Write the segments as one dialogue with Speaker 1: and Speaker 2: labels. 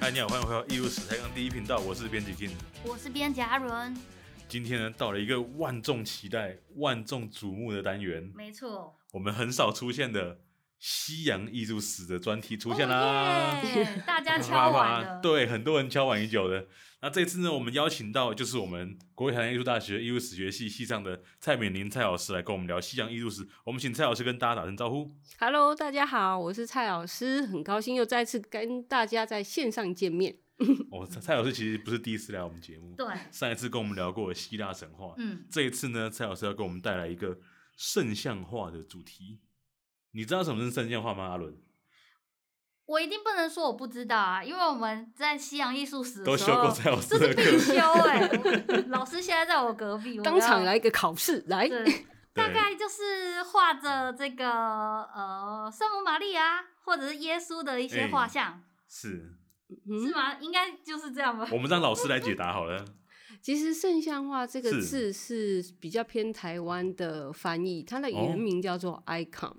Speaker 1: 嗨，哎你好，欢迎回到义务史台港第一频道，我是编辑 King。
Speaker 2: 我是编辑阿伦，
Speaker 1: 今天呢，到了一个万众期待、万众瞩目的单元，
Speaker 2: 没错，
Speaker 1: 我们很少出现的西洋艺术史的专题出现啦
Speaker 2: 哦。耶大 家敲完了，
Speaker 1: 对，很多人敲碗已久的。那这次呢，我们邀请到就是我们国立台南艺术大学艺术史学系系上的蔡敏玲蔡老师来跟我们聊西洋艺术史。我们请蔡老师跟大家打声招呼。
Speaker 3: Hello，大家好，我是蔡老师，很高兴又再次跟大家在线上见面。
Speaker 1: 哦，蔡蔡老师其实不是第一次来我们节目，
Speaker 2: 对，
Speaker 1: 上一次跟我们聊过希腊神话，
Speaker 2: 嗯，
Speaker 1: 这一次呢，蔡老师要给我们带来一个圣像画的主题。你知道什么是圣像画吗？阿伦
Speaker 2: 我一定不能说我不知道啊，因为我们在西洋艺术史
Speaker 1: 都
Speaker 2: 的时
Speaker 1: 修过
Speaker 2: 候，
Speaker 1: 蔡老师
Speaker 2: 这是
Speaker 1: 的
Speaker 2: 必
Speaker 1: 课，
Speaker 2: 修哎、我老师现在在我隔壁，我
Speaker 3: 当
Speaker 2: 们要
Speaker 3: 场来一个考试，来，
Speaker 2: 对，大
Speaker 1: 对
Speaker 2: 概就是画着这个呃圣母玛利亚或者是耶稣的一些
Speaker 1: 哎
Speaker 2: 画像，
Speaker 1: 是
Speaker 2: 是
Speaker 3: 嗯，
Speaker 2: 吗？应该就是这样吧。
Speaker 1: 我们让老师来解答好了。
Speaker 3: 其实“圣像画”这个
Speaker 1: 是
Speaker 3: 字是比较偏台湾的翻译，它的
Speaker 1: 哦
Speaker 3: 原名叫做 icon，、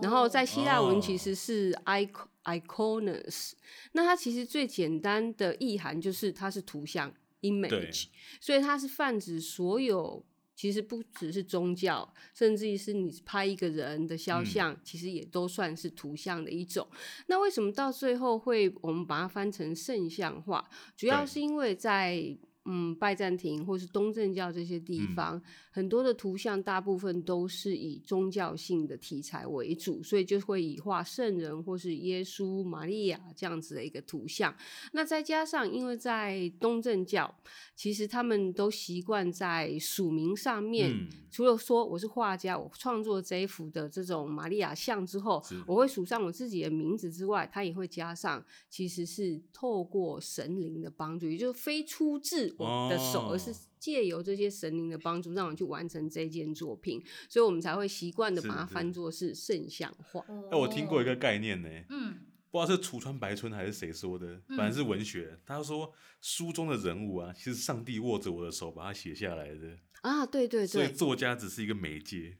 Speaker 3: 然嗯
Speaker 2: 哦
Speaker 3: 后在希腊文其实是 icon iconus，那它其实最简单的意涵就是它是图像
Speaker 1: 对
Speaker 3: image，所以它是泛指所有。其实不只是宗教，甚至于是你拍一个人的
Speaker 1: 嗯
Speaker 3: 肖像，其实也都算是图像的一种。那为什么到最后会我们把它翻成圣像画？主要
Speaker 1: 对
Speaker 3: 是因为在嗯拜占庭或是东正教这些地
Speaker 1: 嗯
Speaker 3: 方，很多的图像大部分都是以宗教性的题材为主，所以就会以画圣人或是耶稣、玛利亚这样子的一个图像。那再加上，因为在东正教，其实他们都习惯在署名上面。
Speaker 1: 嗯，
Speaker 3: 除了说我是画家，我创作这一幅的这种玛利亚像之后
Speaker 1: 是，
Speaker 3: 我会署上我自己的名字之外，它也会加上其实是透过神灵的帮助，也就是非出自我的手，
Speaker 1: 哦
Speaker 3: 而是借由这些神灵的帮助，让我去完成这件作品，所以我们才会习惯的
Speaker 1: 是
Speaker 3: 把它
Speaker 1: 是
Speaker 3: 翻作是圣像画。
Speaker 2: 哦，
Speaker 1: 哎、我听过一个概念呢、
Speaker 2: 嗯，
Speaker 1: 不知道是楚川白春还是谁说的，
Speaker 2: 嗯
Speaker 1: 反正是文学。他说书中的人物啊，其实上帝握着我的手把它写下来的，
Speaker 3: 啊，对对
Speaker 1: 所以
Speaker 3: 对，
Speaker 1: 作家只是一个媒介，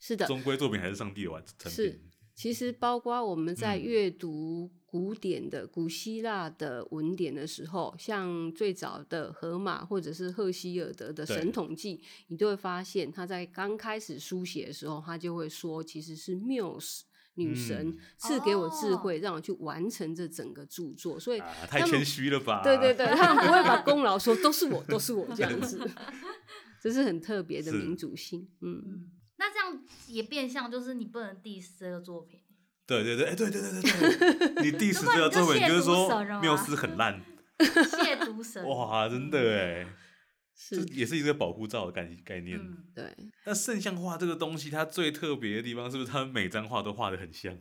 Speaker 3: 是的，
Speaker 1: 终归作品还是上帝的完成
Speaker 3: 是
Speaker 1: 品。
Speaker 3: 其实包括我们在
Speaker 1: 嗯
Speaker 3: 阅读古典的、古希腊的文典的时候，像最早的荷马或者是赫西尔德的《
Speaker 1: 对
Speaker 3: 神统记》，你都会发现他在刚开始书写的时候，他就会说其实是缪斯女神、
Speaker 1: 嗯
Speaker 3: 赐给我智
Speaker 2: 哦
Speaker 3: 慧，让我去完成这整个著作，所以。
Speaker 1: 啊，太
Speaker 3: 他们
Speaker 1: 谦虚了啊吧？
Speaker 3: 对对对，他们不会 把功劳说都是我，都是我这样子，这是很特别的
Speaker 1: 是
Speaker 3: 民主性。嗯，
Speaker 2: 嗯，那这样也变相就是你不能 diss 这个作品，
Speaker 1: 对对对，哎，对对对对 对，你第十这个作品就是
Speaker 2: 如果
Speaker 1: 说
Speaker 2: 你就亵渎神了啊
Speaker 1: 缪斯
Speaker 3: 嗯
Speaker 1: 很烂，
Speaker 2: 亵渎神。
Speaker 1: 哇，真的哎，这
Speaker 3: 是，
Speaker 1: 也是一个保护罩的概概念。
Speaker 2: 嗯，
Speaker 3: 对。
Speaker 1: 那圣像画这个东西，它最特别的地方是不是它每张画都画的很像？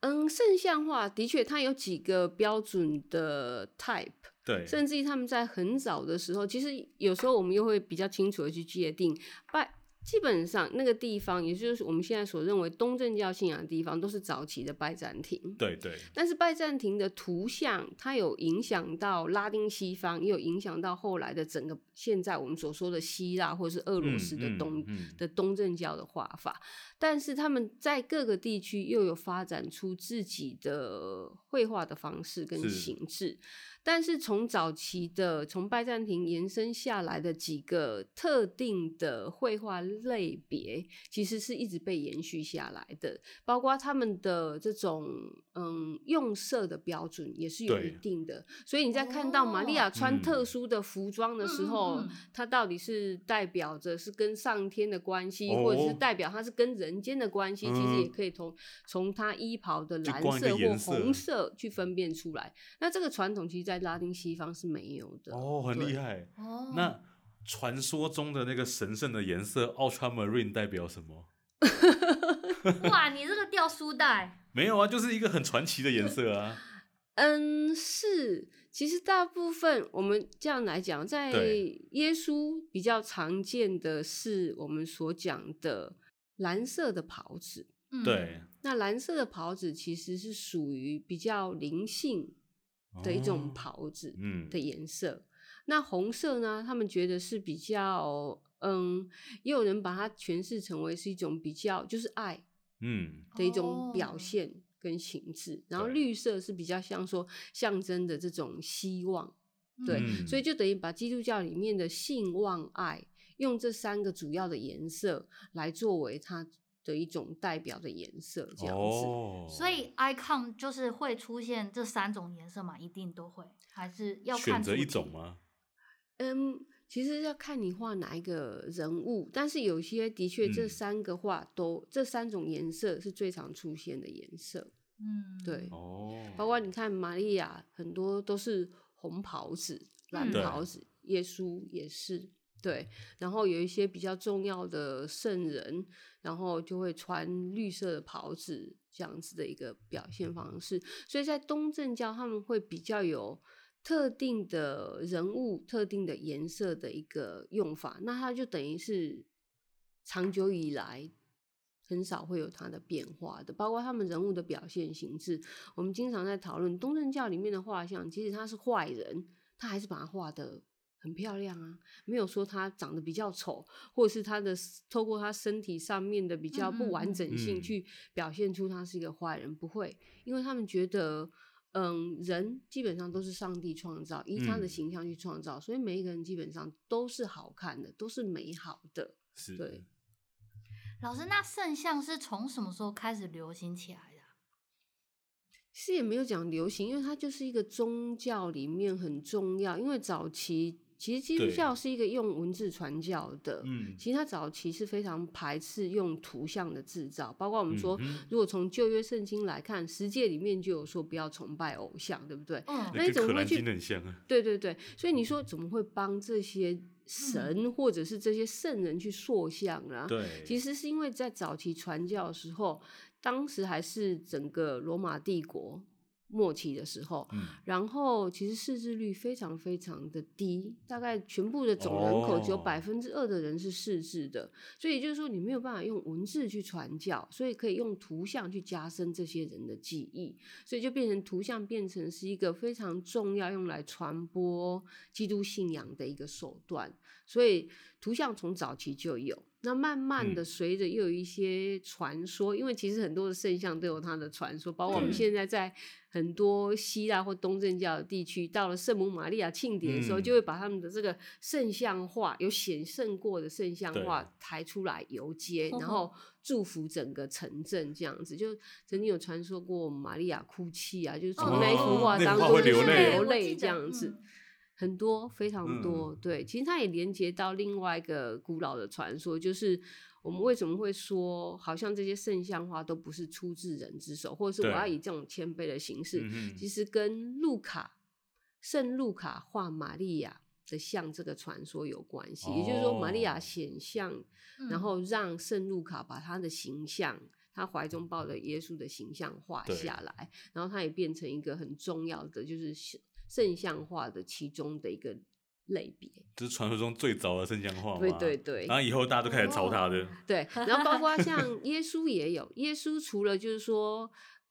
Speaker 3: 嗯，圣像画的确，它有几个标准的 type，
Speaker 1: 对，
Speaker 3: 甚至于他们在很早的时候，其实有时候我们又会比较清楚的去界定，拜基本上那个地方，也就是我们现在所认为东正教信仰的地方，都是早期的拜占庭。
Speaker 1: 对对，
Speaker 3: 但是拜占庭的图像，它有影响到拉丁西方，也有影响到后来的整个现在我们所说的希腊或者是俄罗斯的
Speaker 1: 嗯
Speaker 3: 东、
Speaker 1: 嗯嗯
Speaker 3: 的东正教的画法，但是他们在各个地区又有发展出自己的绘画的方式
Speaker 1: 是
Speaker 3: 跟形制。但是从早期的从拜占庭延伸下来的几个特定的绘画类别，其实是一直被延续下来的，包括他们的这种嗯用色的标准也是有
Speaker 1: 对
Speaker 3: 一定的。所以你在看到玛利亚穿
Speaker 1: 嗯
Speaker 3: 特殊的服装的时候，
Speaker 2: 嗯嗯嗯
Speaker 3: 它到底是代表着是跟上天的关系，
Speaker 1: 哦
Speaker 3: 或者是代表它是跟人间的关系，
Speaker 1: 嗯
Speaker 3: 其实也可以从从它衣袍的蓝
Speaker 1: 就光一个
Speaker 3: 色
Speaker 1: 颜
Speaker 3: 或
Speaker 1: 色
Speaker 3: 红色去分辨出来。那这个传统其实，在拉丁西方是没有的。
Speaker 1: 哦，很厉
Speaker 3: 对嗯
Speaker 1: 害。
Speaker 2: 哦，
Speaker 1: 那传说中的那个神圣的颜色 ultramarine 代表什么？
Speaker 2: 哇，你这个掉书袋，
Speaker 1: 没有啊，就是一个很传奇的颜色啊。
Speaker 3: 嗯，是，其实大部分我们这样来讲，在
Speaker 1: 对
Speaker 3: 耶稣比较常见的是我们所讲的蓝色的袍子。
Speaker 2: 嗯，
Speaker 1: 对，
Speaker 3: 那蓝色的袍子其实是属于比较灵性的一种
Speaker 1: 哦，
Speaker 3: 袍子
Speaker 1: 嗯，
Speaker 3: 的颜色。那红色呢？他们觉得是比较，嗯，也有人把它诠释成为是一种比较，就是爱
Speaker 1: 嗯，
Speaker 3: 的一种表
Speaker 2: 哦
Speaker 3: 现。跟形制，然后
Speaker 1: 对
Speaker 3: 绿色是比较像说象征的这种希望，对，
Speaker 1: 嗯
Speaker 3: 所以就等于把基督教里面的信望爱，用这三个主要的颜色来作为它的一种代表的颜色，这样子。
Speaker 1: 哦，
Speaker 2: 所以 icon 就是会出现这三种颜色嘛，一定都会，还是要看
Speaker 1: 选择
Speaker 2: 主
Speaker 1: 一
Speaker 2: 题
Speaker 1: 种？吗？
Speaker 3: 嗯，其实要看你画哪一个人物，但是有些的确这
Speaker 1: 嗯
Speaker 3: 三个画都、这三种颜色是最常出现的颜色，
Speaker 2: 嗯，
Speaker 3: 对
Speaker 1: 哦，
Speaker 3: 包括你看玛利亚很多都是红袍子、蓝
Speaker 2: 嗯对
Speaker 3: 袍子，耶稣也是。对，然后有一些比较重要的圣人，然后就会穿绿色的袍子这样子的一个表现方式，所以在东正教他们会比较有特定的人物、特定的颜色的一个用法，那它就等于是长久以来很少会有它的变化的，包括他们人物的表现形式。我们经常在讨论东正教里面的画像，即使他是坏人，他还是把它画的。很漂亮啊，没有说他长得比较丑，或者是他的透过他身体上面的比较
Speaker 2: 嗯
Speaker 3: 不
Speaker 2: 嗯
Speaker 3: 完
Speaker 2: 嗯
Speaker 3: 整性
Speaker 1: 嗯
Speaker 3: 去表现出他是一个坏人，不会，因为他们觉得，嗯，人基本上都是上帝创造，以他的
Speaker 1: 嗯
Speaker 3: 形象去创造，所以每一个人基本上都是好看的，都是美好的。
Speaker 1: 是
Speaker 3: 对，
Speaker 2: 老师，那圣像是从什么时候开始流行起来的啊？
Speaker 3: 其实也没有讲流行，因为它就是一个宗教里面很重要，因为早期其实基督
Speaker 1: 对
Speaker 3: 教是一个用文字传教的，
Speaker 1: 嗯，
Speaker 3: 其实它早期是非常排斥用图像的制造，包括我们
Speaker 1: 嗯
Speaker 3: 说，
Speaker 1: 哼
Speaker 3: 如果从旧约圣经来看，十诫里面就有说不要崇拜偶像，对不对？
Speaker 2: 嗯
Speaker 3: 那
Speaker 1: 那跟
Speaker 3: 你怎么
Speaker 1: 可
Speaker 3: 会
Speaker 1: 兰
Speaker 3: 去
Speaker 1: 经很像啊，
Speaker 3: 对对对，所以你说怎么会帮这些
Speaker 1: 嗯
Speaker 3: 神或者是这些圣人去塑像呢、
Speaker 1: 对，
Speaker 3: 啊其实是因为在早期传教的时候，当时还是整个罗马帝国末期的时候，
Speaker 1: 嗯
Speaker 3: 然后其实识字率非常非常的低，大概全部的总人口只有
Speaker 1: 哦
Speaker 3: 百分之二的人是识字的，所以也就是说你没有办法用文字去传教，所以可以用图像去加深这些人的记忆，所以就变成图像变成是一个非常重要用来传播基督信仰的一个手段，所以图像从早期就有。那慢慢的，
Speaker 1: 嗯
Speaker 3: 随着又有一些传说，因为其实很多的圣像都有它的传说，包括我们
Speaker 2: 嗯
Speaker 3: 现在在很多希腊或东正教的地区，到了圣母玛利亚庆典的时候，
Speaker 1: 嗯
Speaker 3: 就会把他们的这个圣像画，有显圣过的圣像
Speaker 1: 对
Speaker 3: 画抬出来游街，
Speaker 2: 哦
Speaker 3: 然后祝福整个城镇这样子。就曾经有传说过玛利亚哭泣啊，就是从那一幅
Speaker 2: 哦
Speaker 3: 画
Speaker 2: 那
Speaker 3: 当
Speaker 2: 幅画
Speaker 3: 中
Speaker 2: 会流
Speaker 3: 就是
Speaker 1: 泪
Speaker 3: 流
Speaker 2: 我记
Speaker 3: 泪
Speaker 2: 得
Speaker 3: 这样子。
Speaker 2: 嗯
Speaker 3: 很多，非常多。对，其实它也连接到另外一个古老的传说，就是我们为什么会说，好像这些圣像画都不是出自人之手，或者是我
Speaker 1: 对
Speaker 3: 要以这种谦卑的形式，
Speaker 1: 嗯
Speaker 3: 其
Speaker 1: 哼，
Speaker 3: 实跟路卡圣路卡画玛利亚的像这个传说有关系。也就是说，玛利亚
Speaker 1: 哦
Speaker 3: 显像
Speaker 2: 嗯
Speaker 3: 然后让圣路卡把他的形象，他怀中抱着耶稣的形象画
Speaker 1: 对
Speaker 3: 下来，然后他也变成一个很重要的，就是圣圣像画的其中的一个类别。
Speaker 1: 这是传说中最早的圣像画嘛，
Speaker 3: 对对对
Speaker 1: 哦然后以后大家都开始抄他的
Speaker 2: 哦，
Speaker 3: 对， 然后包括像耶稣也有，耶稣除了就是说。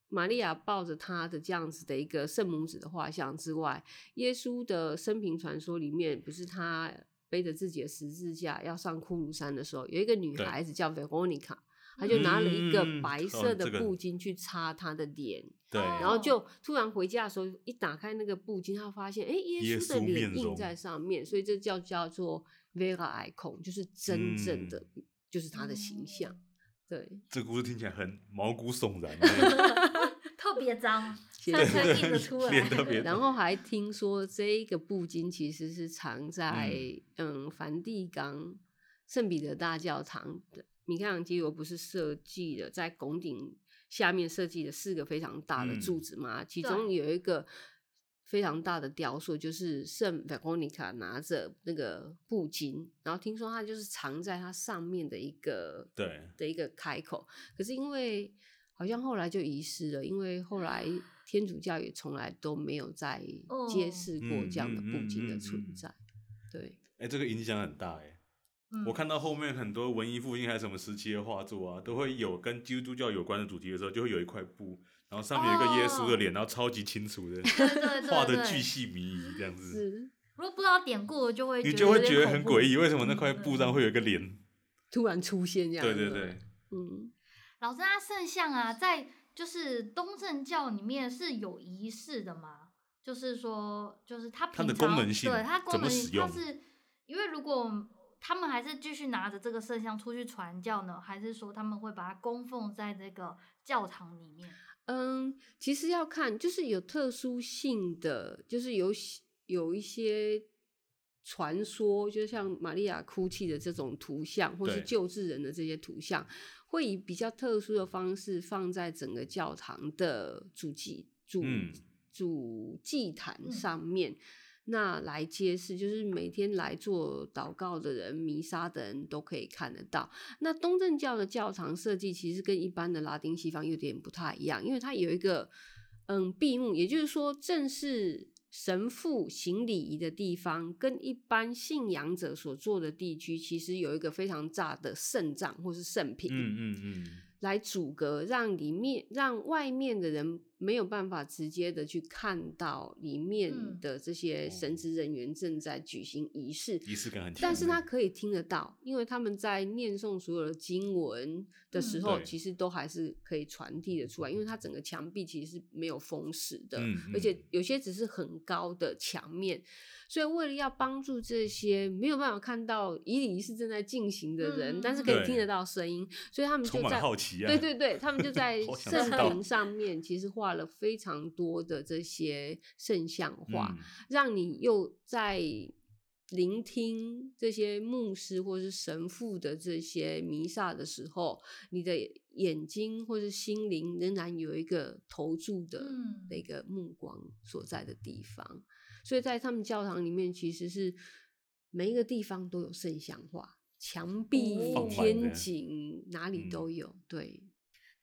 Speaker 3: 玛利亚抱着他的这样子的一个圣母子的画像之外，耶稣的生平传说里面，不是他背着自己的十字架要上骷髅山的时候，有一个女
Speaker 1: 对
Speaker 3: 孩子叫 Veronica，他就拿了一个
Speaker 1: 嗯
Speaker 3: 白
Speaker 1: 哦
Speaker 3: 色的
Speaker 1: 这个哦
Speaker 3: 布巾去擦他的脸，
Speaker 1: 对，
Speaker 2: 然
Speaker 3: 然后就突然回家的时候，一打开那个布巾，他发现哎，诶耶
Speaker 1: 耶
Speaker 3: 稣的
Speaker 1: 稣
Speaker 3: 脸
Speaker 1: 面
Speaker 3: 印
Speaker 1: 容
Speaker 3: 在上面，所以这叫叫做 Vera icon，就是真正
Speaker 1: 嗯
Speaker 3: 的、就是他的形象。
Speaker 2: 嗯
Speaker 3: 对，
Speaker 1: 这故事听起来很毛骨悚然 对，
Speaker 2: 嗯特别脏，
Speaker 3: 谢
Speaker 2: 但是
Speaker 3: 谢。
Speaker 2: 印得出来。
Speaker 1: 脸特别
Speaker 3: 然后还听说这个布巾其实是藏在嗯梵蒂冈圣彼得大教堂的米开朗基罗不是设计了在拱顶下面设计了四个非常大的
Speaker 1: 嗯
Speaker 3: 柱子嘛，其中有一个非常大的雕塑，就是圣 Veronica 拿着那个布巾，然后听说它就是藏在它上面的一个
Speaker 1: 对，
Speaker 3: 的一个开口。可是因为好像后来就遗失了，因为后来天主教也从来都没有再揭
Speaker 2: 哦
Speaker 3: 示过
Speaker 1: 嗯
Speaker 3: 这样的
Speaker 1: 嗯
Speaker 3: 布
Speaker 1: 嗯
Speaker 3: 巾的
Speaker 1: 嗯
Speaker 3: 存
Speaker 1: 嗯
Speaker 3: 在。对，
Speaker 1: 哎，这个影响很大哎。
Speaker 2: 嗯
Speaker 1: 我看到后面很多文艺复兴还是什么时期的画作啊，都会有跟基督教有关的主题的时候，就会有一块布，然后上面有一个耶
Speaker 3: 哦
Speaker 1: 稣的脸，然后超级清楚的
Speaker 2: 对对对
Speaker 1: 画的
Speaker 2: 对
Speaker 1: 巨细靡遗这样子，
Speaker 3: 是
Speaker 2: 如果不知道典故，我就会
Speaker 1: 你就会
Speaker 2: 有
Speaker 1: 觉
Speaker 2: 点
Speaker 1: 得很
Speaker 2: 恐怖
Speaker 1: 诡异，为什么那块布上会有一个脸？
Speaker 3: 嗯突然出现这样。
Speaker 1: 对对对，，
Speaker 3: 嗯，
Speaker 2: 老师，那圣像啊，在就是东正教里面是有仪式的嘛，就是说，就是它
Speaker 1: 它
Speaker 2: 平
Speaker 1: 的
Speaker 2: 常
Speaker 1: 功能性
Speaker 2: 对它
Speaker 1: 怎
Speaker 2: 功
Speaker 1: 么
Speaker 2: 能
Speaker 1: 使
Speaker 2: 性，它
Speaker 1: 用
Speaker 2: 是因为如果他们还是继续拿着这个圣像出去传教呢，还是说他们会把它供奉在这个教堂里面？
Speaker 3: 嗯，其实要看，就是有特殊性的，就是有喜有一些传说，就像玛利亚哭泣的这种图像，或是
Speaker 1: 对
Speaker 3: 救治人的这些图像，会以比较特殊的方式放在整个教堂的主祭主、
Speaker 1: 嗯
Speaker 3: 主祭坛
Speaker 2: 嗯
Speaker 3: 上面。那来揭示，就是每天来做祷告的人、弥撒的人都可以看得到。那东正教的教堂设计其实跟一般的拉丁西方有点不太一样，因为它有一个嗯闭幕，也就是说正是神父行礼仪的地方，跟一般信仰者所做的地区，其实有一个非常大的圣帐或是圣
Speaker 1: 嗯
Speaker 3: 品。
Speaker 1: 嗯嗯，
Speaker 3: 来阻隔，让里面让外面的人没有办法直接的去看到里面
Speaker 2: 嗯
Speaker 3: 的这些神
Speaker 1: 哦
Speaker 3: 职人员正在举行仪式，
Speaker 1: 仪式感很强。
Speaker 3: 但是他可以听得到，因为他们在念诵所有的经文的时
Speaker 2: 嗯
Speaker 3: 候，
Speaker 1: 对
Speaker 3: 其实都还是可以传递的出来，因为它整个墙壁其实是没有封死的，
Speaker 1: 嗯
Speaker 3: 而且
Speaker 1: 嗯
Speaker 3: 有些只是很高的墙面，所以为了要帮助这些没有办法看到仪礼仪式正在进行的人，
Speaker 2: 嗯嗯
Speaker 3: 但是可以
Speaker 1: 嗯
Speaker 3: 听
Speaker 1: 对
Speaker 3: 得到声音，所以他们就
Speaker 1: 充满
Speaker 3: 在
Speaker 1: 好奇啊。
Speaker 3: 对对对，他们 就在
Speaker 1: 好想
Speaker 3: 圣
Speaker 2: 知道
Speaker 3: 屏上面其实画了非常多的这些圣像画，
Speaker 1: 嗯
Speaker 3: 让你又在聆听这些牧师或是神父的这些弥撒的时候，你的眼睛或是心灵仍然有一个投注的
Speaker 2: 嗯
Speaker 3: 那个目光所在的地方。所以在他们教堂里面，其实是每一个地方都有圣像画。墙壁
Speaker 2: 哦、
Speaker 1: 放满
Speaker 3: 天
Speaker 1: 的
Speaker 3: 井哪里
Speaker 1: 嗯
Speaker 3: 都有，对，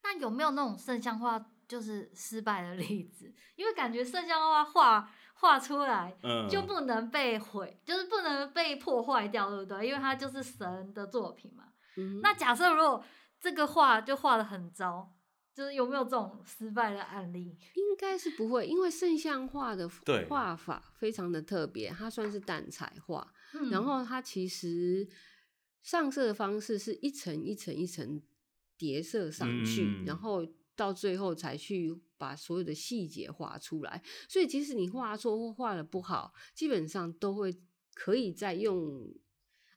Speaker 2: 那有没有那种圣像画就是失败的例子？因为感觉圣像画画画出来
Speaker 1: 嗯，
Speaker 2: 就不能被毁，就是不能被破坏掉，对不对？因为它就是神的作品嘛。
Speaker 3: 嗯哼
Speaker 2: 那假设如果这个画就画的很糟，就是有没有这种失败的案例？
Speaker 3: 应该是不会，因为圣像画的
Speaker 1: 对
Speaker 3: 画法非常的特别，它算是蛋彩画，
Speaker 2: 嗯
Speaker 3: 然后它其实上色的方式是一层一层一层叠色上去，
Speaker 1: 嗯
Speaker 3: 然后到最后才去把所有的细节画出来。所以即使你画错或画的不好，基本上都会可以再用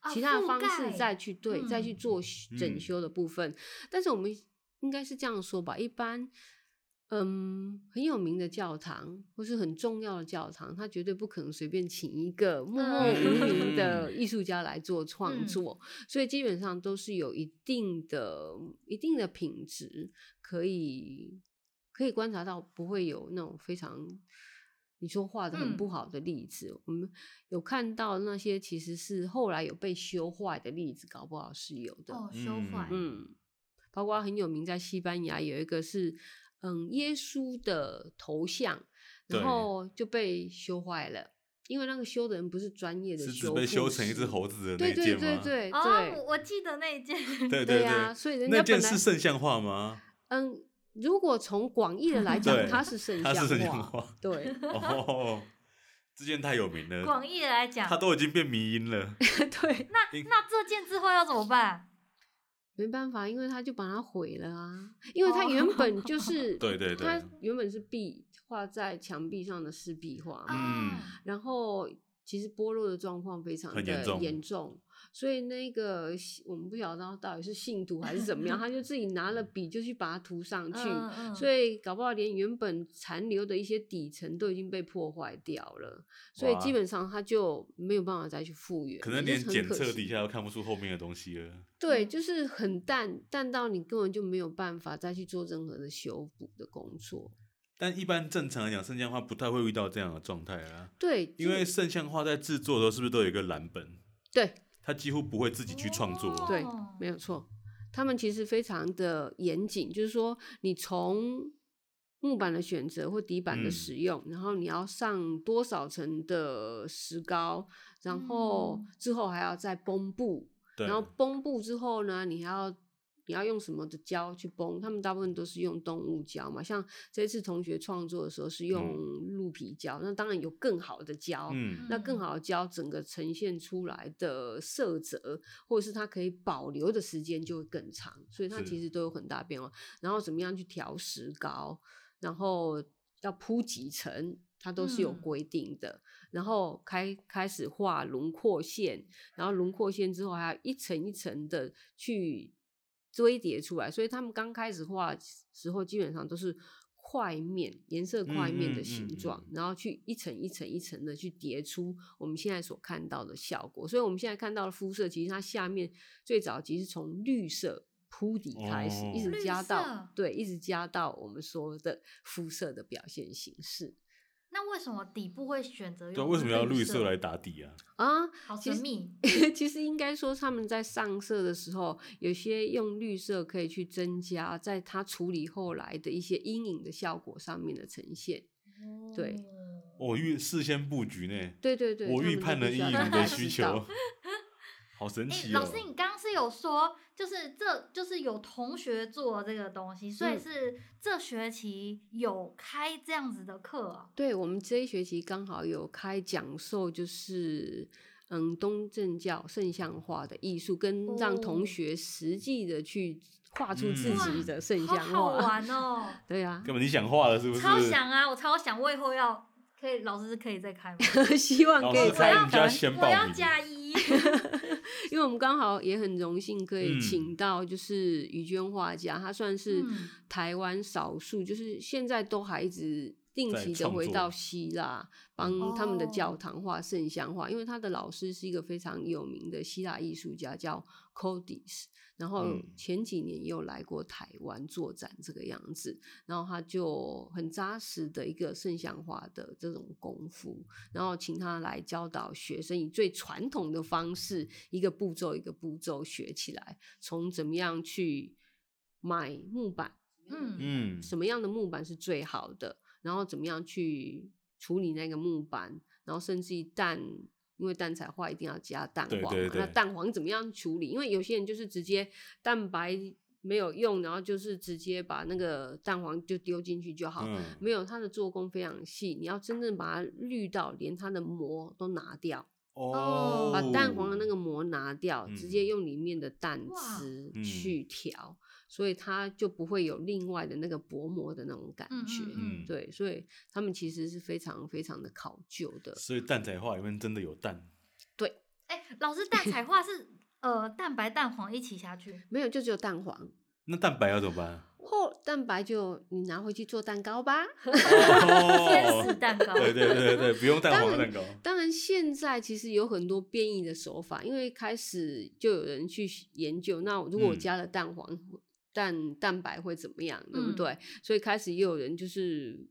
Speaker 2: 啊
Speaker 3: 其他的
Speaker 2: 覆
Speaker 3: 方式
Speaker 2: 盖
Speaker 3: 再去对、再去
Speaker 2: 嗯
Speaker 3: 做修整
Speaker 1: 嗯
Speaker 3: 修的部分。但是我们应该是这样说吧，一般。嗯，很有名的教堂或是很重要的教堂，它绝对不可能随便请一个默默无名的艺术家来做创
Speaker 2: 嗯
Speaker 3: 作，所以基本上都是有一定的、一定的品质，可以可以观察到不会有那种非常你说画的很不
Speaker 2: 嗯
Speaker 3: 好的例子。我们有看到那些其实是后来有被修坏的例子，搞不好是有的。
Speaker 2: 哦修
Speaker 1: 嗯
Speaker 2: 坏，
Speaker 3: 嗯，包括很有名，在西班牙有一个是嗯耶稣的头像，
Speaker 1: 对
Speaker 3: 然后就被修坏了，因为那个修的人不是专业的
Speaker 1: 是
Speaker 3: 修
Speaker 1: 只
Speaker 3: 复师，
Speaker 1: 被修成一只猴子的那
Speaker 3: 对。
Speaker 1: 一
Speaker 3: 对对
Speaker 1: 件
Speaker 3: 对
Speaker 1: 吗？
Speaker 3: 对
Speaker 2: 哦，我我记得那一件，
Speaker 1: 对
Speaker 3: 对
Speaker 1: 对
Speaker 3: 呀所以人
Speaker 1: 那
Speaker 3: 家
Speaker 1: 件
Speaker 3: 本来
Speaker 1: 是圣像画吗？
Speaker 3: 嗯，如果从广义的来讲，
Speaker 1: 对
Speaker 3: 它是圣
Speaker 1: 它是圣
Speaker 3: 像
Speaker 1: 像
Speaker 3: 画，
Speaker 1: 画
Speaker 3: 对
Speaker 1: 哦，这件太有名了，
Speaker 2: 广义的来讲
Speaker 1: 它，都已经变迷音了。
Speaker 3: 对，
Speaker 2: 那这件之后要怎么办？
Speaker 3: 没办法，因为他就把它毁了啊，因为他原本 就是
Speaker 1: 对对对
Speaker 3: 他原本是壁画在墙壁上的是壁画嘛，
Speaker 1: 嗯
Speaker 2: 啊
Speaker 3: 然后其实剥落的状况非常的
Speaker 1: 很严重
Speaker 3: 重所以那个信我们不晓得到底是信徒还是怎么样，他就自己拿了笔就去把它涂上去，
Speaker 2: 嗯嗯
Speaker 3: 所以搞不好连原本残留的一些底层都已经被破坏掉了，所以
Speaker 1: 哇
Speaker 3: 基本上他就没有办法再去复原了，
Speaker 1: 可能
Speaker 3: 这
Speaker 1: 连
Speaker 3: 是很
Speaker 1: 检
Speaker 3: 可
Speaker 1: 测
Speaker 3: 惜
Speaker 1: 底下都看不出后面的东西了。
Speaker 3: 对，
Speaker 2: 嗯
Speaker 3: 就是很淡淡到你根本就没有办法再去做任何的修补的工作。
Speaker 1: 但一般正常来讲，圣像画不太会遇到这样的状态啊，
Speaker 3: 对，
Speaker 1: 因为圣像画在制作的时候是不是都有一个蓝本？
Speaker 3: 对
Speaker 1: 它几乎不会自己去创作。
Speaker 2: 哦
Speaker 3: 对，没有错，他们其实非常的严谨，就是说你从木板的选择或底板的
Speaker 1: 嗯
Speaker 3: 使用，然后你要上多少层的石膏，然后
Speaker 2: 嗯
Speaker 3: 之后还要再绷布，
Speaker 1: 对，
Speaker 3: 然后绷布之后呢，你还要你要用什么的胶去绷，他们大部分都是用动物胶嘛。像这次同学创作的时候是用鹿皮胶，那当然有更好的胶，
Speaker 1: 嗯
Speaker 3: 那更好的胶整个呈现出来的色泽，或者是它可以保留的时间就会更长，所以它
Speaker 1: 是
Speaker 3: 其实都有很大变化。然后怎么样去调石膏，然后要铺几层，它都是有
Speaker 2: 嗯
Speaker 3: 规定的。然后开开始画轮廓线，然后轮廓线之后还要一层一层的去堆叠出来，所以他们刚开始画的时候基本上都是块面颜色块面
Speaker 1: 嗯嗯
Speaker 3: 的形
Speaker 1: 嗯
Speaker 3: 状，
Speaker 1: 嗯
Speaker 3: 然后去一层一层一层的去叠出我们现在所看到的效果。所以我们现在看到的肤色，其实它下面最早其实从绿色。铺底开始，一
Speaker 1: 哦
Speaker 3: 直
Speaker 2: 绿
Speaker 3: 加
Speaker 2: 色
Speaker 3: 到对，一直加到我们说的肤色的表现形式
Speaker 2: 那为什么底部会选择用？
Speaker 1: 对啊，为什么要绿色
Speaker 2: 色
Speaker 1: 来？打底啊？
Speaker 3: 啊。
Speaker 2: 好
Speaker 3: 其
Speaker 2: 神
Speaker 3: 实
Speaker 2: 秘。
Speaker 3: 其实应该说，他们在上色的时候，有些用绿色可以去增加在它处理后来的一些阴影的效果上面的呈现。对
Speaker 2: 哦，
Speaker 1: 我预事先布局呢，
Speaker 3: 对对对，
Speaker 1: 我
Speaker 3: 他
Speaker 1: 预
Speaker 3: 们都
Speaker 1: 判了
Speaker 3: 必
Speaker 1: 阴
Speaker 3: 须要让
Speaker 1: 影
Speaker 3: 大
Speaker 1: 的
Speaker 3: 家
Speaker 1: 需
Speaker 3: 知道哎
Speaker 1: 求， 好神
Speaker 2: 诶
Speaker 1: 奇哦！
Speaker 2: 老师，你刚刚是有说，就是这就是有同学做这个东西，所以
Speaker 3: 嗯
Speaker 2: 是这学期有开这样子的课啊。
Speaker 3: 对我们这一学期刚好有开讲授，就是嗯东正教圣像画的艺术，跟让
Speaker 2: 哦
Speaker 3: 同学实际的去画出自
Speaker 1: 嗯
Speaker 3: 己
Speaker 2: 哇
Speaker 3: 的圣
Speaker 2: 好
Speaker 3: 像
Speaker 2: 好
Speaker 3: 画。
Speaker 2: 玩哦！
Speaker 3: 对啊，
Speaker 1: 根本你想画了 是不是？
Speaker 2: 超想啊，我超想，我以后要可以，老师是可以再开吗？
Speaker 3: 希望
Speaker 1: 老
Speaker 3: 可以
Speaker 1: 师
Speaker 3: 再
Speaker 1: 开
Speaker 2: 我要
Speaker 1: 你就要
Speaker 3: 开。
Speaker 1: 先报
Speaker 2: 我要
Speaker 1: 名，
Speaker 2: 加一，
Speaker 3: 因为我们刚好也很荣幸可以
Speaker 1: 嗯
Speaker 3: 请到就是于娟画家，她算是
Speaker 2: 嗯
Speaker 3: 台湾少数，就是现在都还一直定
Speaker 1: 在
Speaker 3: 期的
Speaker 1: 创
Speaker 3: 回
Speaker 1: 作
Speaker 3: 到希腊帮
Speaker 2: 哦
Speaker 3: 他们的教堂画圣像画，因为他的老师是一个非常有名的希腊艺术家叫 Codis，然后
Speaker 1: 嗯
Speaker 3: 前几年又来过台湾作展这个样子，然后他就很扎实的一个圣像画的这种功夫，然后请他来教导学生以最传统的方式，一个步骤一个步骤学起来，从怎么样去买木板，
Speaker 2: 嗯，
Speaker 1: 嗯，
Speaker 3: 什么样的木板是最好的，然后怎么样去处理那个木板，然后甚至于蛋，因为蛋彩画一定要加蛋黄
Speaker 1: 对
Speaker 3: 嘛，
Speaker 1: 对对
Speaker 3: 那蛋黄怎么样处理？因为有些人就是直接蛋白没有用，然后就是直接把那个蛋黄就丢进去就好。
Speaker 1: 嗯，
Speaker 3: 没有，它的做工非常细，你要真正把它滤到连它的膜都拿掉，
Speaker 1: 哦，
Speaker 3: 把蛋黄的那个膜拿掉，
Speaker 1: 嗯
Speaker 3: 直接用里面的蛋
Speaker 2: 哇
Speaker 3: 汁
Speaker 1: 嗯
Speaker 3: 去调，所以它就不会有另外的那个薄膜的那种感
Speaker 2: 嗯
Speaker 3: 觉。
Speaker 2: 嗯嗯
Speaker 3: 对，所以他们其实是非常非常的考究的。
Speaker 1: 所以蛋仔画里面真的有蛋，
Speaker 2: 哎，老师蛋彩画是呃蛋白蛋黄一起下去，
Speaker 3: 没有，就只有蛋黄。
Speaker 1: 那蛋白要怎么 办？
Speaker 3: 后蛋白就你拿回去做蛋糕吧。
Speaker 2: 天使
Speaker 1: 哦，
Speaker 2: 蛋糕，
Speaker 1: 对对对对，不用蛋黄蛋糕，
Speaker 3: 当然，现在其实有很多变异的手法，因为开始就有人去研究，那如果我
Speaker 1: 嗯
Speaker 3: 加了蛋黄、蛋蛋白会怎么样，对不
Speaker 2: 嗯
Speaker 3: 对？所以开始也有人就是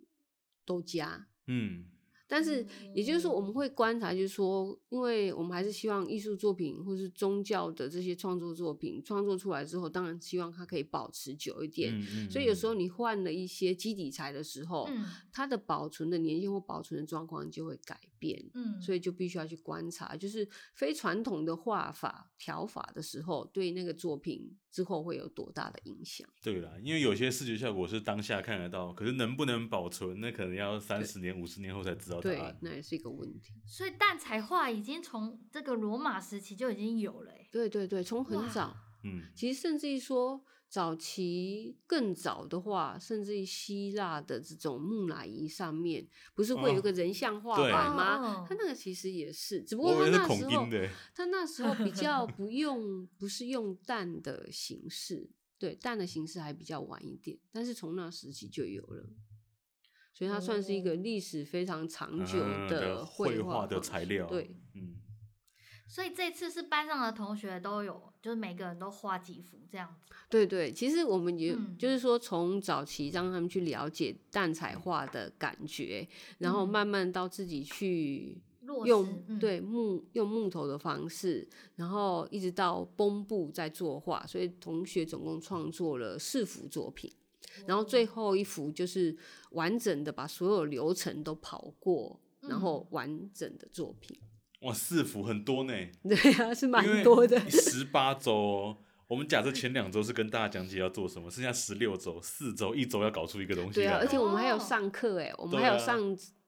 Speaker 3: 都加，
Speaker 1: 嗯，
Speaker 3: 但是也就是说，我们会观察，就是说，因为我们还是希望艺术作品或是宗教的这些创作作品创作出来之后，当然希望它可以保持久一点。
Speaker 1: 嗯
Speaker 3: 所以有时候你换了一些基底材的时候，
Speaker 2: 嗯
Speaker 3: 它的保存的年限或保存的状况就会改变。
Speaker 2: 嗯，
Speaker 3: 所
Speaker 2: 以
Speaker 3: 以就必须要去观察，就是非传统的画法、调法的时候，对那个作品之后会有多大的影响？
Speaker 1: 对啦，因为有些视觉效果是当下看得到，可是能不能保存，那可能要三十年、五十年后才知道答
Speaker 3: 对
Speaker 1: 案，。
Speaker 3: 那也是一个问题。
Speaker 2: 所以蛋彩画已经从这个罗马时期就已经有了、欸，
Speaker 3: 对对对，从很
Speaker 2: 哇
Speaker 3: 早
Speaker 1: 嗯，
Speaker 3: 其实甚至于说，早期更早的话，甚至于希腊的这种木乃伊上面，不是会有一
Speaker 1: 哦
Speaker 3: 个人像画
Speaker 1: 对
Speaker 3: 板
Speaker 2: 哦
Speaker 3: 吗？它那个其实也是，只不
Speaker 1: 我
Speaker 3: 过
Speaker 1: 以为是
Speaker 3: 它那
Speaker 1: 孔
Speaker 3: 时候
Speaker 1: 丁的，
Speaker 3: 它那时候比 较不用，不是用蛋的形式，对蛋的形式还比较晚一点，但是从那时期就有了。所以它算是一个历史非常长久
Speaker 1: 嗯
Speaker 3: 的
Speaker 1: 绘
Speaker 3: 画
Speaker 1: 哦的
Speaker 3: 方
Speaker 1: 材
Speaker 3: 式
Speaker 1: 料，
Speaker 3: 对，，
Speaker 1: 嗯，
Speaker 2: 所以这次是班上的同学都有，就是每个人都画几幅这样子，
Speaker 3: 对对，其实我们也、
Speaker 2: 嗯
Speaker 3: 就是说，从早期让他们去了解蛋彩画的感觉，然后
Speaker 2: 嗯
Speaker 3: 慢慢到自己去
Speaker 2: 落实
Speaker 3: 用、
Speaker 2: 嗯、
Speaker 3: 对木用木头的方式，然后一直到绷布在作画，所以同学总共创作了四幅作品，
Speaker 2: 哦
Speaker 3: 然后最后一幅就是完整的把所有流程都跑过，
Speaker 2: 嗯
Speaker 3: 然后完整的作品。
Speaker 1: 哇，四幅很多呢，
Speaker 3: 对啊，是
Speaker 1: 因为
Speaker 3: 蛮多的。
Speaker 1: 十八周哦，我们假设前两周是跟大家讲解要做什么，剩下十六周、四周、一周要搞出一个东西
Speaker 3: 对
Speaker 1: 来。
Speaker 3: 啊，而且我们还有
Speaker 2: 哦
Speaker 3: 上课哎、我们
Speaker 1: 对
Speaker 3: 还有
Speaker 1: 啊
Speaker 3: 上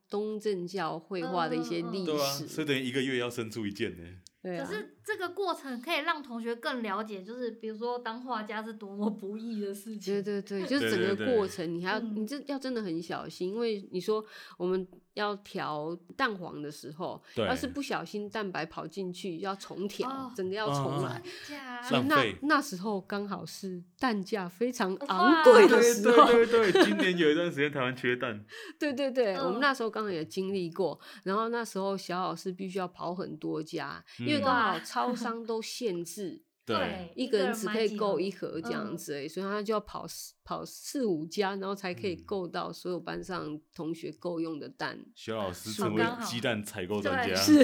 Speaker 3: 东正教绘画的一些
Speaker 2: 嗯嗯嗯
Speaker 3: 历
Speaker 1: 对啊，所
Speaker 3: 史
Speaker 1: 以，等于一个月要生出一件呢。
Speaker 3: 对
Speaker 2: 可
Speaker 3: 啊，
Speaker 2: 是这个过程可以让同学更了解，就是比如说当画家是多么不易的事情。
Speaker 3: 对对对，就是
Speaker 1: 对
Speaker 3: 整
Speaker 1: 对
Speaker 3: 个
Speaker 1: 对
Speaker 3: 过程，你还要你
Speaker 2: 嗯
Speaker 3: 这要真的很小心，因为你说我们要调蛋黄的时候，
Speaker 1: 对
Speaker 3: 要是不小心蛋白跑进去，要重调，
Speaker 2: 哦
Speaker 3: 整个要重
Speaker 1: 嗯
Speaker 3: 来。
Speaker 2: 真假？
Speaker 3: 所以
Speaker 1: 浪
Speaker 3: 那
Speaker 1: 费
Speaker 3: 那时候刚好是蛋价非常
Speaker 2: 哇
Speaker 3: 昂贵的
Speaker 1: 对
Speaker 3: 时候，
Speaker 1: 对对对，今年有一段时间台湾缺 蛋，
Speaker 3: 对对对，我们
Speaker 2: 嗯
Speaker 3: 那时候刚好也经历过，然后那时候小老师必须要跑很多家，因为
Speaker 1: 嗯
Speaker 3: 刚好
Speaker 2: 哇
Speaker 3: 超商都限制，
Speaker 1: 对，
Speaker 3: 一个人只可以够一
Speaker 2: 盒。
Speaker 3: 盒这样
Speaker 2: 嗯
Speaker 3: 子而已、所以他就要跑四跑四五家，然后才可以
Speaker 1: 嗯
Speaker 3: 够到所有班上同学够用的蛋。
Speaker 1: 徐老师
Speaker 3: 数
Speaker 1: 成为
Speaker 2: 刚好
Speaker 1: 鸡蛋采购专
Speaker 2: 对
Speaker 1: 家，
Speaker 3: 是，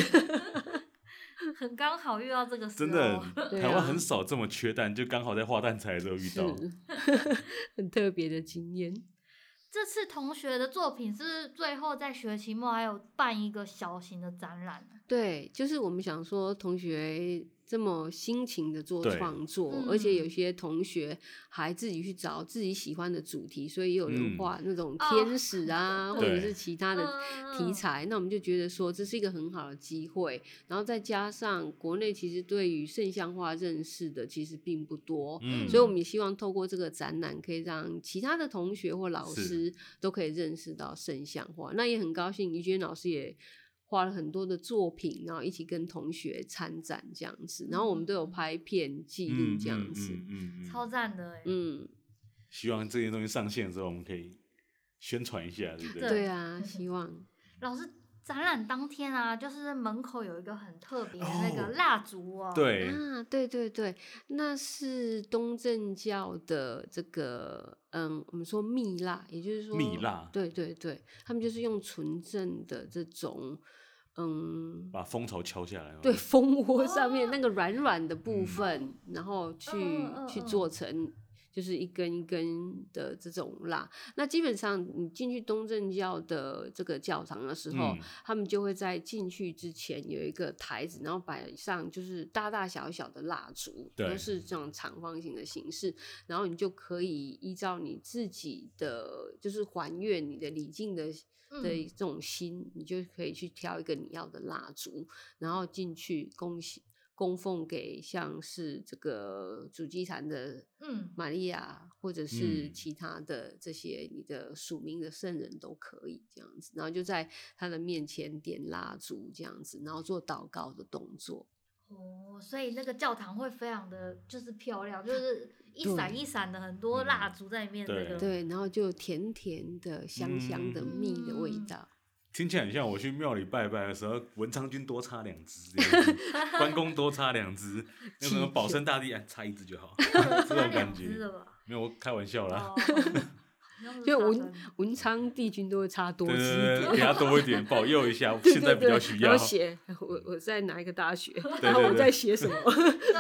Speaker 2: 很刚好遇到这个时候，
Speaker 1: 真的，
Speaker 3: 对
Speaker 1: 台湾
Speaker 3: 啊
Speaker 1: 很少这么缺蛋，就刚好在画蛋彩的时候遇
Speaker 3: 是
Speaker 1: 到。，
Speaker 3: 很特别的经验。
Speaker 2: 这次同学的作品是不是最后在学期末还有办一个小型的展览啊，
Speaker 3: 对，就是我们想说，同学这么辛勤的做
Speaker 1: 对
Speaker 3: 创作，而且有
Speaker 2: 嗯
Speaker 3: 些同学还自己去找自己喜欢的主题，所以也有人
Speaker 1: 嗯
Speaker 3: 画那种
Speaker 2: 哦
Speaker 3: 天使 啊，或者
Speaker 1: 对
Speaker 3: 是其他的
Speaker 2: 嗯嗯
Speaker 3: 题
Speaker 2: 嗯
Speaker 3: 材。那我们就觉得说，这是一个很好的机会。然后再加上国内其实对于圣像画认识的其实并不多，
Speaker 1: 嗯，
Speaker 3: 所以我们也希望透过这个展览，可以让其他的同学或老
Speaker 1: 是
Speaker 3: 师都可以认识到圣像画。那也很高兴，于娟老师也画了很多的作品，然后一起跟同学参展这样子。然后我们都有拍片记录
Speaker 1: 嗯
Speaker 3: 这样子。
Speaker 1: 嗯嗯嗯
Speaker 2: 超
Speaker 1: 嗯
Speaker 2: 赞的哎、
Speaker 3: 嗯，
Speaker 1: 希望这些东西上线的时候，我们可以宣传一下，对不对？
Speaker 3: 对啊，希望
Speaker 2: 老师，展览当天啊，就是门口有一个很特别的那
Speaker 1: 哦
Speaker 2: 个蜡烛哦，，
Speaker 1: 对
Speaker 3: 啊，对对对，那是东正教的这个，嗯，我们说蜜蜡，也就是说
Speaker 1: 蜜蜡
Speaker 3: 对对对，他们就是用纯正的这种，嗯，
Speaker 1: 把蜂巢敲下来嘛。
Speaker 3: 对蜂窝上面那个软软的部
Speaker 1: 嗯
Speaker 3: 分，然后去、
Speaker 2: 嗯
Speaker 3: 去
Speaker 2: 嗯
Speaker 3: 做成就是一根一根的这种蜡。那基本上你进去东正教的这个教堂的时候，
Speaker 1: 嗯
Speaker 3: 他们就会在进去之前有一个台子，然后摆上就是大大小小的蜡烛，
Speaker 1: 对
Speaker 3: 都是这种长方形的形式，然后你就可以依照你自己的就是还愿你的礼敬的。的
Speaker 2: 嗯
Speaker 3: 这种心，你就可以去挑一个你要的蜡烛，然后进去恭喜供奉给像是这个主祭坛的
Speaker 2: 嗯
Speaker 3: 玛利亚，或者是
Speaker 1: 嗯
Speaker 3: 其他的这些你的署名的圣人都可以这样子，然后就在他的面前点蜡烛这样子，然后做祷告的动作。
Speaker 2: 哦，所以那个教堂会非常的就是漂亮，就是一
Speaker 3: 对
Speaker 2: 闪一闪的很多
Speaker 1: 嗯
Speaker 2: 蜡烛在里面那
Speaker 1: 对
Speaker 2: 个，
Speaker 3: 对， 然后就甜甜的、香香的、
Speaker 1: 嗯
Speaker 3: 蜜的味
Speaker 2: 嗯
Speaker 3: 道。
Speaker 1: 听起来很像我去庙里拜拜的时候，文昌君多插两只这样 子，关公多插两只，那什么保生大帝哎插一只就 好，这
Speaker 2: 差
Speaker 1: 种
Speaker 2: 两
Speaker 1: 感
Speaker 2: 只
Speaker 1: 觉。
Speaker 2: 的吧？
Speaker 1: 没有，我开玩笑啦。
Speaker 2: 哦，
Speaker 3: 就
Speaker 2: 我
Speaker 3: 文文昌帝君都会插多
Speaker 1: 对
Speaker 3: 汁一
Speaker 1: 对
Speaker 3: 点
Speaker 1: 对，。给他多一点，保佑一下。
Speaker 3: 对
Speaker 1: 现在比较需
Speaker 3: 然
Speaker 1: 要
Speaker 3: 后。写我我在哪一个大学，
Speaker 1: 对
Speaker 3: 然后我
Speaker 1: 对
Speaker 3: 在写什么，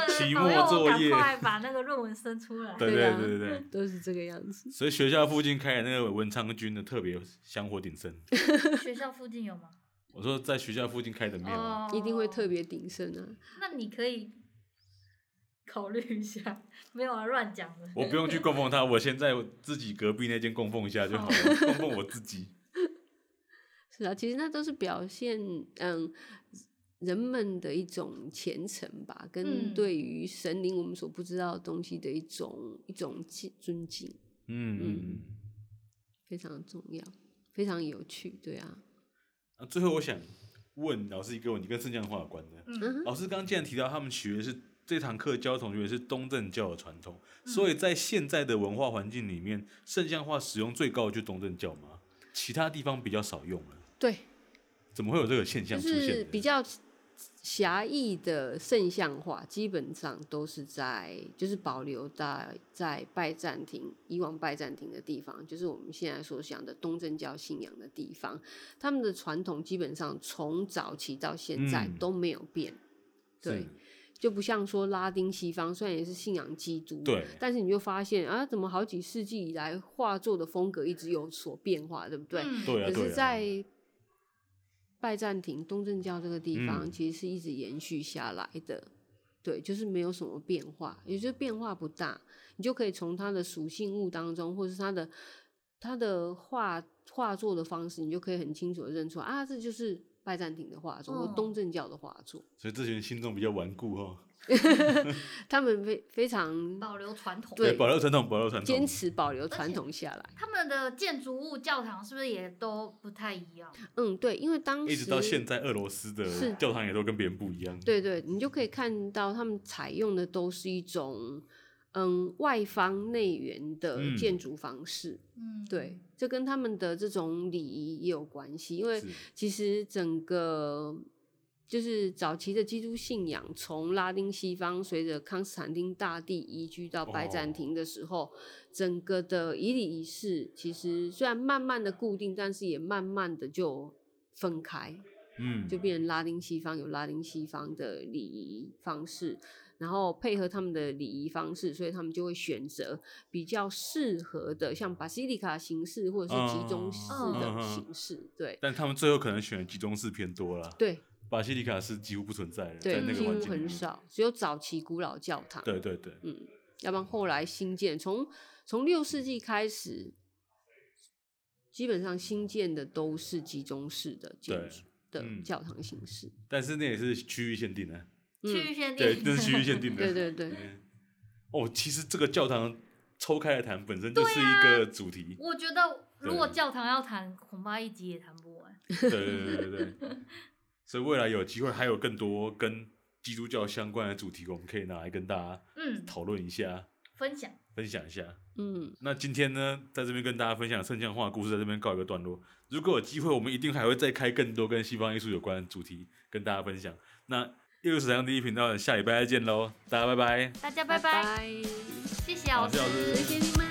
Speaker 1: 期
Speaker 2: 期
Speaker 1: 末作业
Speaker 2: 赶快把那个论文生出来。
Speaker 1: 对
Speaker 3: 对
Speaker 1: 对
Speaker 3: 啊
Speaker 1: 对对对，
Speaker 3: 都是这个样子。
Speaker 1: 所以学校附近开的那个文昌君的特别香火鼎盛。
Speaker 2: 学校附近有吗？
Speaker 1: 我说在学校附近开的庙啊，
Speaker 2: 哦，
Speaker 3: 一定会特别鼎盛啊！
Speaker 2: 那你可以考虑一下，没有啊，乱讲
Speaker 3: 嗯
Speaker 2: 的。
Speaker 1: 我不用去供奉他，我先在自己隔壁那间供奉一下就好了，供奉我自 己。
Speaker 3: 是啊，其实那都是表现，嗯，人们的一种虔诚吧，跟
Speaker 2: 嗯
Speaker 3: 对于神灵我们所不知道的东西的一种一种敬尊敬，
Speaker 1: 嗯嗯嗯。
Speaker 3: 非常重要，非常有趣，对啊，
Speaker 1: 啊，最后我想问老师一个问题，跟圣像画有关的。
Speaker 2: 嗯
Speaker 1: 老师刚刚既然提到他们学的是这堂课教同学是东正教的传统，所以在现在的文化环境里面，圣像画使用最高的就东正教吗？其他地方比较少用了，
Speaker 3: 对，
Speaker 1: 怎么会有这个现象
Speaker 3: 就
Speaker 1: 出现
Speaker 3: 是
Speaker 1: 呢？
Speaker 3: 比较狭义的圣像画，基本上都是在就是保留在在拜占庭以往拜占庭的地方，就是我们现在所想的东正教信仰的地方，他们的传统基本上从早期到现在
Speaker 1: 嗯
Speaker 3: 都没有变。对
Speaker 1: 是，
Speaker 3: 就不像说拉丁西方，虽然也是信仰基督，
Speaker 1: 对
Speaker 3: 但是你就发现啊，怎么好几世纪以来画作的风格一直有所变化，对不对？
Speaker 2: 嗯
Speaker 1: 对啊，
Speaker 3: 可
Speaker 1: 对
Speaker 3: 是，
Speaker 1: 啊，
Speaker 3: 在拜占庭东正教这个地方，
Speaker 1: 嗯
Speaker 3: 其实是一直延续下来的。对，就是没有什么变化，也就是变化不大，你就可以从它的属性物当中，或是它的它的画画作的方式，你就可以很清楚的认出来啊，这就是拜占庭的画作、或
Speaker 2: 嗯
Speaker 3: 东正教的画作，
Speaker 1: 所以这群人心中比较顽固哦，
Speaker 3: 他们非非常
Speaker 2: 保留传统。
Speaker 3: 对
Speaker 1: 保留传统，保留传统，
Speaker 3: 坚持保留传统下来。
Speaker 2: 他们的建筑物、教堂是不是也都不太一样？
Speaker 3: 嗯，对，因为当时
Speaker 1: 一直到现在，俄罗斯
Speaker 3: 是
Speaker 1: 的教堂也都跟别人不一样。
Speaker 3: 对对，你就可以看到他们采用的都是一种嗯外方内圆的
Speaker 1: 嗯
Speaker 3: 建筑方式。
Speaker 2: 嗯，
Speaker 3: 对，这跟他们的这种礼仪也有关系，因为
Speaker 1: 是
Speaker 3: 其实整个就是早期的基督信仰，从拉丁西方随着康斯坦丁大帝移居到拜占庭的时候，整个的仪礼仪式其实虽然慢慢的固定，但是也慢慢的就分开。
Speaker 1: 嗯，
Speaker 3: 就变成拉丁西方有拉丁西方的礼仪方式，然后配合他们的礼仪方式，所以他们就会选择比较适合的，像巴西利卡形式或者是集中式
Speaker 1: 嗯
Speaker 3: 的形式。对
Speaker 1: 但他们最后可能选的集中式偏多啦。
Speaker 3: 对
Speaker 1: 巴西里卡是几乎不存在的，在
Speaker 3: 对，
Speaker 1: 那
Speaker 3: 几
Speaker 1: 个
Speaker 3: 乎
Speaker 1: 环境里
Speaker 3: 很
Speaker 1: 面。
Speaker 3: 少，只有早期古老教堂。
Speaker 1: 对对对，
Speaker 3: 嗯，要不然后来新建，从从六世纪开始，基本上新建的都是集中式的建
Speaker 1: 对
Speaker 3: 筑的
Speaker 1: 嗯
Speaker 3: 教堂形式。
Speaker 1: 但是那也是区域限定 的、
Speaker 2: 嗯
Speaker 3: 嗯
Speaker 2: 区域限定，
Speaker 1: 对，那是区域限定的。
Speaker 3: 对对对，
Speaker 1: 哦，其实这个教堂抽开来谈本身就是
Speaker 3: 啊
Speaker 1: 一个主题。
Speaker 2: 我觉得如果
Speaker 1: 对
Speaker 2: 教堂要谈，恐怕一集也谈不完。
Speaker 1: 对对对对对。所以未来有机会还有更多跟基督教相关的主题，我们可以拿来跟大家
Speaker 2: 嗯，
Speaker 1: 讨论一下，
Speaker 2: 分享
Speaker 1: 分享一下。
Speaker 3: 嗯。
Speaker 1: 那今天呢，在这边跟大家分享圣像画的故事，在这边告一个段落。如果有机会，我们一定还会再开更多跟西方艺术有关的主题跟大家分享。那艺术史上第一频道，下礼拜再见喽，大家拜拜。
Speaker 2: 大家
Speaker 3: 拜
Speaker 2: 拜，
Speaker 3: 拜，
Speaker 2: 谢谢
Speaker 1: 好
Speaker 2: 老
Speaker 1: 谢谢老师
Speaker 3: 谢谢你们。